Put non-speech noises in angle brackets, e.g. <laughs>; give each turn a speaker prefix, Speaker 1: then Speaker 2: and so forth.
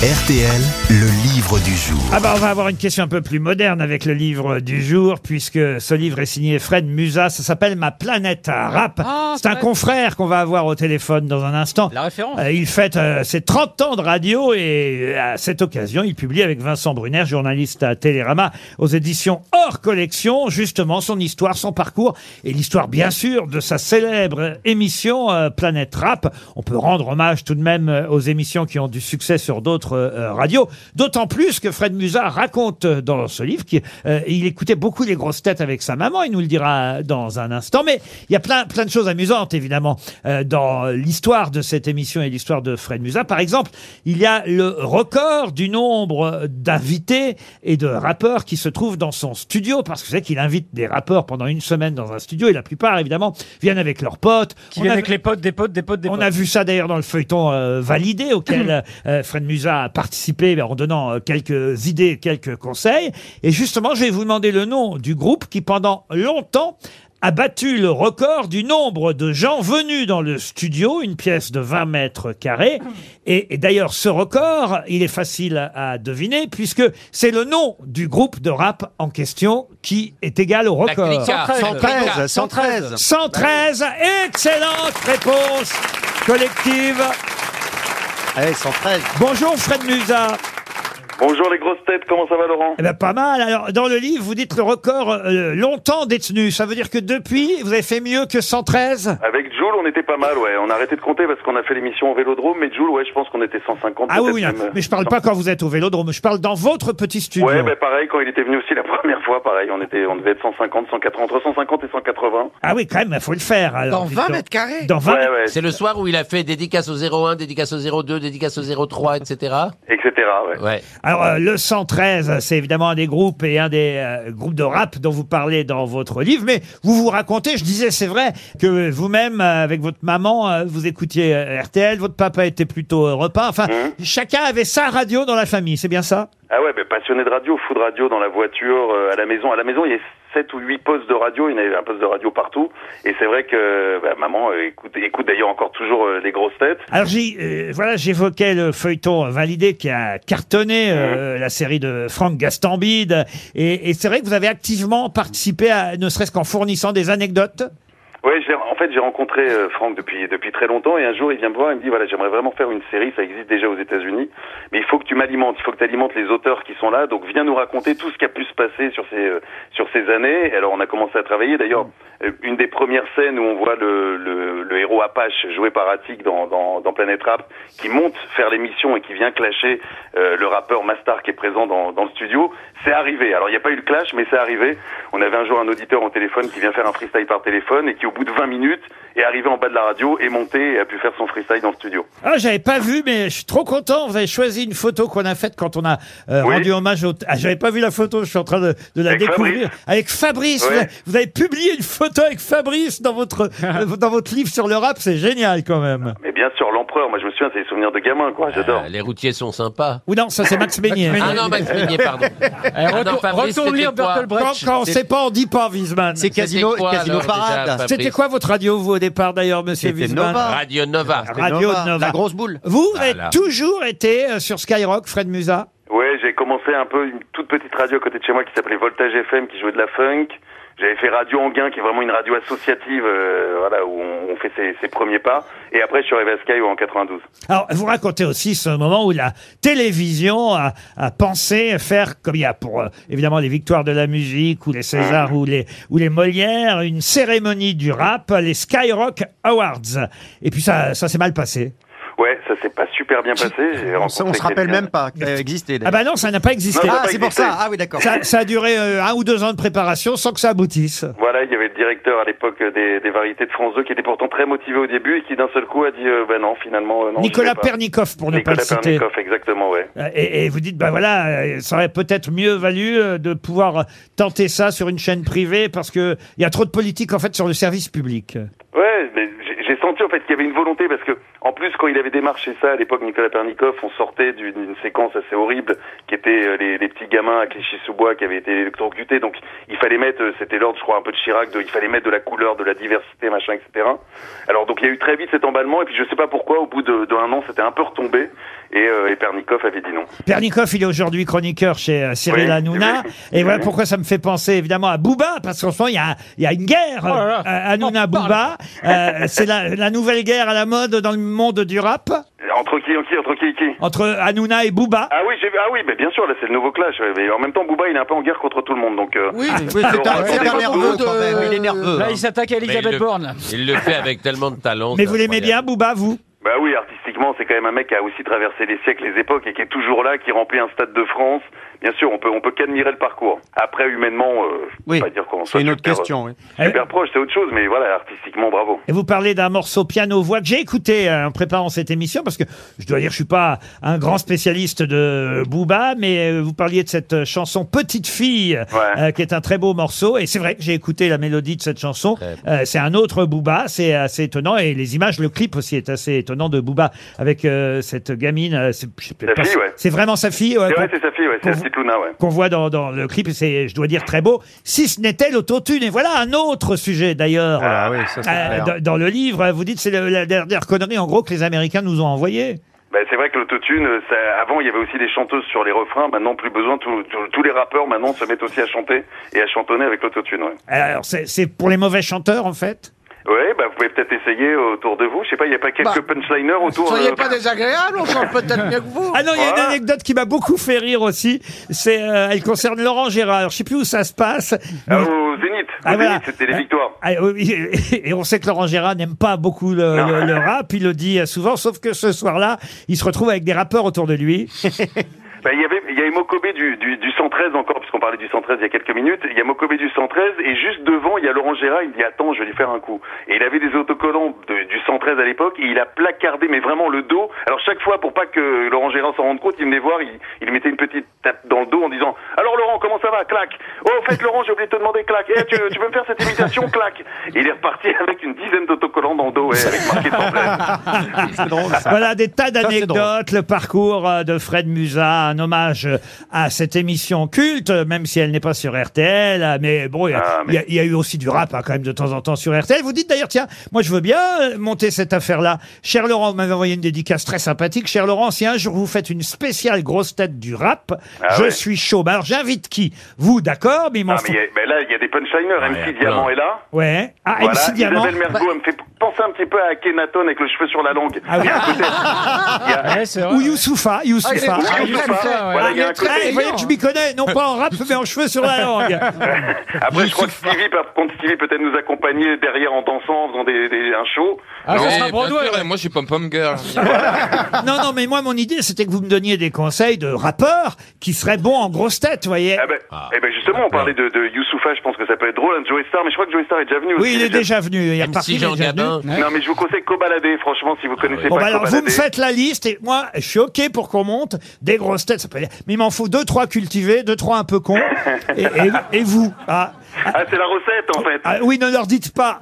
Speaker 1: RTL, le livre du jour.
Speaker 2: Ah bah on va avoir une question un peu plus moderne avec le livre du jour, puisque ce livre est signé Fred Musa, ça s'appelle Ma planète à rap.
Speaker 3: Ah,
Speaker 2: C'est un
Speaker 3: Fred.
Speaker 2: confrère qu'on va avoir au téléphone dans un instant.
Speaker 3: La référence.
Speaker 2: Euh, il fête euh, ses 30 ans de radio et euh, à cette occasion, il publie avec Vincent Brunner, journaliste à Télérama, aux éditions Hors Collection, justement son histoire, son parcours et l'histoire, bien sûr, de sa célèbre émission euh, Planète Rap. On peut rendre hommage tout de même euh, aux émissions qui ont du succès sur d'autres euh, radios, d'autant plus que Fred Musa raconte euh, dans ce livre qu'il euh, il écoutait beaucoup les grosses têtes avec sa maman, il nous le dira euh, dans un instant, mais il y a plein, plein de choses amusantes, évidemment, euh, dans l'histoire de cette émission et l'histoire de Fred Musa. Par exemple, il y a le record du nombre d'invités et de rappeurs qui se trouvent dans son studio, parce que vous savez qu'il invite des rappeurs pendant une semaine dans un studio, et la plupart, évidemment, viennent avec leurs potes.
Speaker 3: Qui
Speaker 2: On
Speaker 3: vient
Speaker 2: a-
Speaker 3: avec les potes, des potes, des potes, des
Speaker 2: on
Speaker 3: potes.
Speaker 2: a vu ça d'ailleurs dans le feuilleton euh, validé auquel euh, Fred Musa a participé ben, en donnant euh, quelques idées, quelques conseils. Et justement, je vais vous demander le nom du groupe qui pendant longtemps a battu le record du nombre de gens venus dans le studio, une pièce de 20 mètres carrés. Et, et d'ailleurs, ce record, il est facile à, à deviner puisque c'est le nom du groupe de rap en question qui est égal au record.
Speaker 4: 113, 113.
Speaker 2: 113, excellente réponse collective.
Speaker 4: Allez, 113.
Speaker 2: Bonjour Fred Musa.
Speaker 5: Bonjour les grosses têtes, comment ça va Laurent
Speaker 2: Eh ben pas mal. Alors dans le livre, vous dites le record euh, longtemps détenu. Ça veut dire que depuis, vous avez fait mieux que 113
Speaker 5: Avec Jules, on était pas mal, ouais. On a arrêté de compter parce qu'on a fait l'émission au Vélodrome, mais Jules, ouais, je pense qu'on était 150.
Speaker 2: Ah oui,
Speaker 5: peut-être
Speaker 2: oui,
Speaker 5: même, euh,
Speaker 2: non. mais je parle pas quand vous êtes au Vélodrome. Je parle dans votre petit studio.
Speaker 5: Ouais, bah pareil, quand il était venu aussi la <laughs> première fois, pareil, on était, on devait être 150, 180, entre 150 et 180.
Speaker 2: Ah oui, quand même, il faut le faire. Alors,
Speaker 6: Dans
Speaker 2: dites
Speaker 6: 20
Speaker 2: donc.
Speaker 6: mètres carrés
Speaker 2: Dans 20
Speaker 5: Ouais,
Speaker 2: mètres.
Speaker 5: ouais,
Speaker 7: C'est le soir où il a fait dédicace au 01, dédicace au 02, dédicace au 03, etc.
Speaker 5: etc. Ouais.
Speaker 7: Ouais.
Speaker 2: Alors euh, le 113, c'est évidemment un des groupes et un des euh, groupes de rap dont vous parlez dans votre livre. Mais vous vous racontez, je disais, c'est vrai que vous-même, euh, avec votre maman, euh, vous écoutiez euh, RTL, votre papa était plutôt euh, repas. Enfin, chacun avait sa radio dans la famille, c'est bien ça
Speaker 5: Ah ouais, bah, passionné de radio, fou de radio dans la voiture, euh, à la maison. À la maison, il y a sept ou huit postes de radio, il y en avait un poste de radio partout. Et c'est vrai que bah, maman euh, écoute, écoute d'ailleurs encore toujours euh, les grosses têtes.
Speaker 2: Alors j'ai euh, voilà, j'évoquais le feuilleton validé qui a cartonné euh, la série de Franck Gastambide et, et c'est vrai que vous avez activement participé à ne serait-ce qu'en fournissant des anecdotes.
Speaker 5: Ouais, j'ai- en fait, j'ai rencontré euh, Franck depuis depuis très longtemps et un jour, il vient me voir, il me dit voilà, j'aimerais vraiment faire une série, ça existe déjà aux États-Unis, mais il faut que tu m'alimentes, il faut que tu alimentes les auteurs qui sont là, donc viens nous raconter tout ce qui a pu se passer sur ces euh, sur ces années. Et Alors, on a commencé à travailler. D'ailleurs, euh, une des premières scènes où on voit le le, le héros Apache joué par Attic dans dans, dans Planet Rap qui monte faire l'émission et qui vient clasher euh, le rappeur Mastar qui est présent dans dans le studio, c'est arrivé. Alors, il n'y a pas eu le clash, mais c'est arrivé. On avait un jour un auditeur au téléphone qui vient faire un freestyle par téléphone et qui, au bout de 20 minutes, est arrivé en bas de la radio, est monté et a pu faire son freestyle dans le studio.
Speaker 2: Ah, j'avais pas vu, mais je suis trop content. Vous avez choisi une photo qu'on a faite quand on a euh,
Speaker 5: Oui.
Speaker 2: rendu hommage au. Ah, j'avais pas vu la photo. Je suis en train de, de la
Speaker 5: Avec
Speaker 2: découvrir avec Fabrice.
Speaker 5: Ouais.
Speaker 2: Vous, avez, vous avez publié une photo avec Fabrice dans
Speaker 5: <laughs>
Speaker 2: votre euh, dans votre livre sur le rap. C'est génial quand même.
Speaker 5: Mais bien sûr, l'empereur, moi je me souviens, c'est les souvenirs de gamin, quoi, j'adore.
Speaker 7: Euh, les routiers sont sympas.
Speaker 2: Ou non, ça c'est Max Beignet.
Speaker 7: Ah non, Max Minier, pardon.
Speaker 3: Eh,
Speaker 7: Ah non,
Speaker 3: retour-
Speaker 7: Fabrice,
Speaker 3: retourne
Speaker 7: c'était
Speaker 3: lire
Speaker 7: quoi
Speaker 2: Quand,
Speaker 3: Bertolt Brecht.
Speaker 2: quand on sait pas, on dit pas, Wiesmann.
Speaker 4: C'est
Speaker 7: C'était
Speaker 4: Casino,
Speaker 7: quoi,
Speaker 4: Casino
Speaker 7: alors, déjà,
Speaker 4: Parade.
Speaker 7: Fabrice
Speaker 2: C'était quoi votre radio, vous, au départ, d'ailleurs, monsieur
Speaker 4: C'était
Speaker 2: Wiesmann
Speaker 4: Nova.
Speaker 7: Radio Nova.
Speaker 2: Radio Nova.
Speaker 4: La grosse boule.
Speaker 2: Vous, vous avez
Speaker 7: Voilà.
Speaker 2: toujours été euh, sur Skyrock, Fred Musa
Speaker 5: Ouais, j'ai commencé un peu une toute petite radio à côté de chez moi qui s'appelait Voltage FM, qui jouait de la funk. J'avais fait Radio Anguin, qui est vraiment une radio associative, euh, voilà, où on, on fait ses, ses premiers pas. Et après, je suis arrivé à Sky en 92.
Speaker 2: Alors, vous racontez aussi ce moment où la télévision a, a pensé faire, comme il y a pour, euh, évidemment, les victoires de la musique, ou les Césars, ou les, ou les Molières, une cérémonie du rap, les Skyrock Awards. Et puis ça, ça s'est mal passé.
Speaker 5: Ouais, ça s'est pas super bien passé. j'ai
Speaker 4: On,
Speaker 5: rencontré
Speaker 4: se rappelle
Speaker 5: quelqu'un.
Speaker 4: même pas qu'elle existait.
Speaker 2: Ah bah non, ça n'a pas existé.
Speaker 5: Non,
Speaker 4: Ah, c'est pour ça. Ah oui, d'accord.
Speaker 2: Ça, ça a duré euh, un ou deux ans de préparation sans que ça aboutisse.
Speaker 5: Voilà, il y avait le directeur à l'époque des, des variétés de France 2 qui était pourtant très motivé au début et qui d'un seul coup a dit euh, ben non finalement euh, non.
Speaker 2: Nicolas
Speaker 5: je vais pas.
Speaker 2: Pernikov, pour ne pas le
Speaker 5: Nicolas
Speaker 2: citer.
Speaker 5: Pernikov, exactement ouais.
Speaker 2: Euh, Et, et vous dites, bah voilà, euh, ça aurait peut-être mieux valu euh, de pouvoir tenter ça sur une chaîne privée parce que il y a trop de politique en fait sur le service public.
Speaker 5: Ouais, mais j'ai- j'ai senti en fait fait, qu'il y avait une volonté, parce que, en plus, quand il avait démarché ça, à l'époque, Nicolas Pernikov, on sortait d'une d'une séquence assez horrible, qui était euh, les, les petits gamins à Clichy-sous-Bois qui avaient été électrocutés, donc il fallait mettre, euh, c'était l'ordre, je crois, un peu de Chirac, de, il fallait mettre de la couleur, de la diversité, machin, etc. Alors, donc, il y a eu très vite cet emballement, et puis je sais pas pourquoi, au bout d'un de, d'un an, c'était un peu retombé, et, euh, et Pernikov avait dit non.
Speaker 2: Pernikoff, il est aujourd'hui chroniqueur chez euh, Cyril
Speaker 5: Oui,
Speaker 2: Hanouna.
Speaker 5: oui.
Speaker 2: Et voilà pourquoi ça me fait penser évidemment à Booba, parce qu'en ce moment, il y a, il y a une guerre
Speaker 3: Oh là là.
Speaker 2: euh, Hanouna-Booba. Euh, c'est la, la nouvelle guerre à la mode dans le monde du rap,
Speaker 5: Entre qui, entre qui, entre qui, et qui
Speaker 2: entre Hanouna et Booba.
Speaker 5: Ah oui, j'ai vu. Ah oui, mais bien sûr, là, c'est le nouveau clash. ouais. Mais en même temps, Booba, il est un peu en guerre contre tout le monde, donc. euh,
Speaker 6: Oui,
Speaker 4: Oui,
Speaker 5: Laurent,
Speaker 4: Ah, c'est un,
Speaker 5: c'est
Speaker 4: c'est
Speaker 5: pas
Speaker 4: un nerveux
Speaker 6: de-
Speaker 4: quand même. Il est nerveux.
Speaker 3: Là,
Speaker 4: hein.
Speaker 3: il s'attaque à
Speaker 7: Mais il
Speaker 3: Elisabeth
Speaker 7: le-
Speaker 3: Borne. là.
Speaker 7: Il le fait avec tellement de talent.
Speaker 2: Mais
Speaker 7: c'est
Speaker 2: vous l'aimez bien,
Speaker 7: incroyable.
Speaker 2: Booba, vous
Speaker 5: Bah oui, artistiquement, c'est quand même un mec qui a aussi traversé les siècles, les époques, et qui est toujours là, qui remplit un stade de France. Bien sûr, on peut, on peut qu'admirer le parcours. Après, humainement, euh, je peux
Speaker 4: Oui,
Speaker 5: pas dire qu'on
Speaker 4: C'est
Speaker 5: soit
Speaker 4: une autre
Speaker 5: super- euh,
Speaker 4: question. Eh. oui.
Speaker 5: Super proche, c'est autre chose, mais voilà, artistiquement, bravo.
Speaker 2: Et vous parlez d'un morceau piano-voix que j'ai écouté euh, en préparant cette émission, parce que je dois dire, je suis pas un grand spécialiste de Booba, mais euh, vous parliez de cette euh, chanson Petite fille,
Speaker 4: Eh,
Speaker 5: Ouais.
Speaker 2: euh, qui est un très beau morceau. Et c'est vrai que j'ai écouté la mélodie de cette chanson.
Speaker 7: Très beau.
Speaker 2: Euh, c'est un autre Booba, c'est assez étonnant. Et les images, le clip aussi est assez étonnant de Booba avec euh, cette gamine. euh, c'est je sais
Speaker 5: Sa
Speaker 2: pas
Speaker 5: fille,
Speaker 2: si-
Speaker 5: ouais.
Speaker 2: c'est vraiment sa fille. ouais,
Speaker 5: C'est
Speaker 2: qu'on-
Speaker 5: vrai, c'est sa fille, ouais, c'est la
Speaker 2: Pour-
Speaker 5: petite Luna, ouais.
Speaker 2: qu'on voit dans, dans le clip, et c'est, je dois dire, très beau, si ce n'était l'autotune. Et voilà un autre sujet, d'ailleurs, Euh,
Speaker 4: Ah oui, ça, c'est
Speaker 5: hein.
Speaker 4: clair.
Speaker 2: dans, dans le livre. Vous dites, c'est le- la dernière connerie, en gros, que les Américains nous ont envoyé.
Speaker 5: Bah, c'est vrai que l'autotune, euh, ça, avant il y avait aussi des chanteuses sur les refrains, maintenant plus besoin, Tous- tous- tous les rappeurs maintenant se mettent aussi à chanter et à chantonner avec l'autotune. Ouais.
Speaker 2: Alors, c'est, c'est pour les mauvais chanteurs, en fait
Speaker 5: Ouais, bah vous pouvez peut-être essayer autour de vous. Je sais pas, il n'y a pas quelques
Speaker 6: Bah,
Speaker 5: punchliners autour.
Speaker 6: Soyez
Speaker 5: euh,
Speaker 6: pas désagréable, on chante peut-être mieux que vous.
Speaker 2: Ah non, il y a une
Speaker 5: Voilà.
Speaker 2: anecdote qui m'a beaucoup fait rire aussi. C'est, euh, elle concerne Laurent Gérard. Alors, je sais plus où ça se passe. mais-
Speaker 5: ah, au Zénith.
Speaker 2: Ah,
Speaker 5: au
Speaker 2: voilà.
Speaker 5: Zénith, c'était les
Speaker 2: Ah.
Speaker 5: victoires.
Speaker 2: Ah, oui, Et on sait que Laurent Gérard n'aime pas beaucoup le,
Speaker 5: Non.
Speaker 2: le- le rap, il le dit souvent, sauf que ce soir-là, il se retrouve avec des rappeurs autour de lui.
Speaker 5: Bah, il y avait, il y a Mokobé du, du, du 113 encore, parce qu'on parlait du 113 il y a quelques minutes. Il y a Mokobé du 113 et juste devant, il y a Laurent Gérard. Il dit attends, je vais lui faire un coup. Et il avait des autocollants de- du 113 à l'époque et il a placardé, mais vraiment le dos. Alors chaque fois, pour pas que Laurent Gérard s'en rende compte, il venait voir, il, il lui mettait une petite tape dans le dos en disant alors Laurent, comment ça va, clac. Oh, en fait Laurent, j'ai oublié de te demander, clac. Eh, tu, tu peux me faire cette imitation, <laughs> clac. Et il est reparti <laughs> avec une dizaine d'autocollants dans le dos, ouais, avec marqué Tremblay. <laughs>
Speaker 2: <laughs>
Speaker 4: C'est drôle, ça.
Speaker 2: Voilà des tas
Speaker 4: c'est drôle.
Speaker 2: d'anecdotes, le parcours euh, de Fred Musa, un hommage euh, à cette émission culte, euh, même si elle n'est pas sur RTL. euh, Mais bon, il y, a-
Speaker 5: Ah,
Speaker 2: il
Speaker 5: mais-
Speaker 2: y a- il y a eu aussi du rap hein, quand même de temps en temps sur RTL. Vous dites d'ailleurs, tiens, moi je veux bien euh, monter cette affaire-là. Cher Laurent, vous m'avez envoyé une dédicace très sympathique. Cher Laurent, si un jour vous faites une spéciale grosse tête du rap,
Speaker 5: Ah
Speaker 2: je
Speaker 5: ouais.
Speaker 2: suis chaud. Bah, alors j'invite qui Vous, d'accord, mais il m'en
Speaker 5: Ah,
Speaker 2: faut.
Speaker 5: mais il y a- bah, là, il y a des punchliners.
Speaker 7: Ouais,
Speaker 5: MC
Speaker 7: plein.
Speaker 5: Diamant est là.
Speaker 2: Ouais. Ah,
Speaker 5: Voilà,
Speaker 2: MC Diamant.
Speaker 5: Isabelle Mergo, elle me fait penser un petit peu à Kenaton avec le cheveu sur la langue.
Speaker 2: Ah <laughs> oui.
Speaker 5: Il y a un côté- il y
Speaker 4: Ah,
Speaker 5: a-
Speaker 3: Ouais, c'est vrai.
Speaker 2: Ou Youssoufa, Youssoufa.
Speaker 6: il est
Speaker 5: Oui,
Speaker 6: Ah,
Speaker 5: ou
Speaker 6: il
Speaker 5: pas.
Speaker 6: aime
Speaker 3: ça, ouais.
Speaker 5: Voilà, il y a
Speaker 6: Ah, il
Speaker 5: un
Speaker 6: est très
Speaker 5: côté-
Speaker 2: Ah, vous voyez que je m'y connais, non pas en rap, mais en cheveux sur la
Speaker 5: <laughs>
Speaker 2: langue.
Speaker 5: Après, je crois que Stevie, par contre, Stevie peut-être nous accompagner derrière en dansant, en faisant des, des- un show.
Speaker 3: Ah, ça
Speaker 8: Oui,
Speaker 3: sera
Speaker 8: bien
Speaker 3: Broadway.
Speaker 8: sûr, et moi je suis pom-pom girl.
Speaker 2: Non, non, mais moi, mon idée, c'était que vous me donniez des conseils de rappeurs qui seraient bons en grosse tête, vous voyez.
Speaker 5: Ah ben, eh ben justement, on parlait de, de Youssoufa, je pense que ça peut être drôle, hein, de Joey Star, mais je crois que Joey Star est déjà venu aussi.
Speaker 2: oui, il est déjà venu. Il est reparti, il
Speaker 7: MC
Speaker 2: est
Speaker 7: Jean
Speaker 2: déjà venu.
Speaker 7: Gabin.
Speaker 5: Non, mais je vous conseille Cobaladé, franchement, si vous connaissez
Speaker 2: Bon,
Speaker 5: pas
Speaker 2: bah, alors, vous me
Speaker 5: Cobaladé.
Speaker 2: faites la liste et moi, je suis OK pour qu'on monte des grosses têtes. Ça peut... aller. Mais il m'en faut deux, trois cultivés, deux, trois un peu cons. Et, et- et vous ah,
Speaker 5: Ah, c'est la recette, en fait.
Speaker 2: ah, Oui, ne leur dites pas.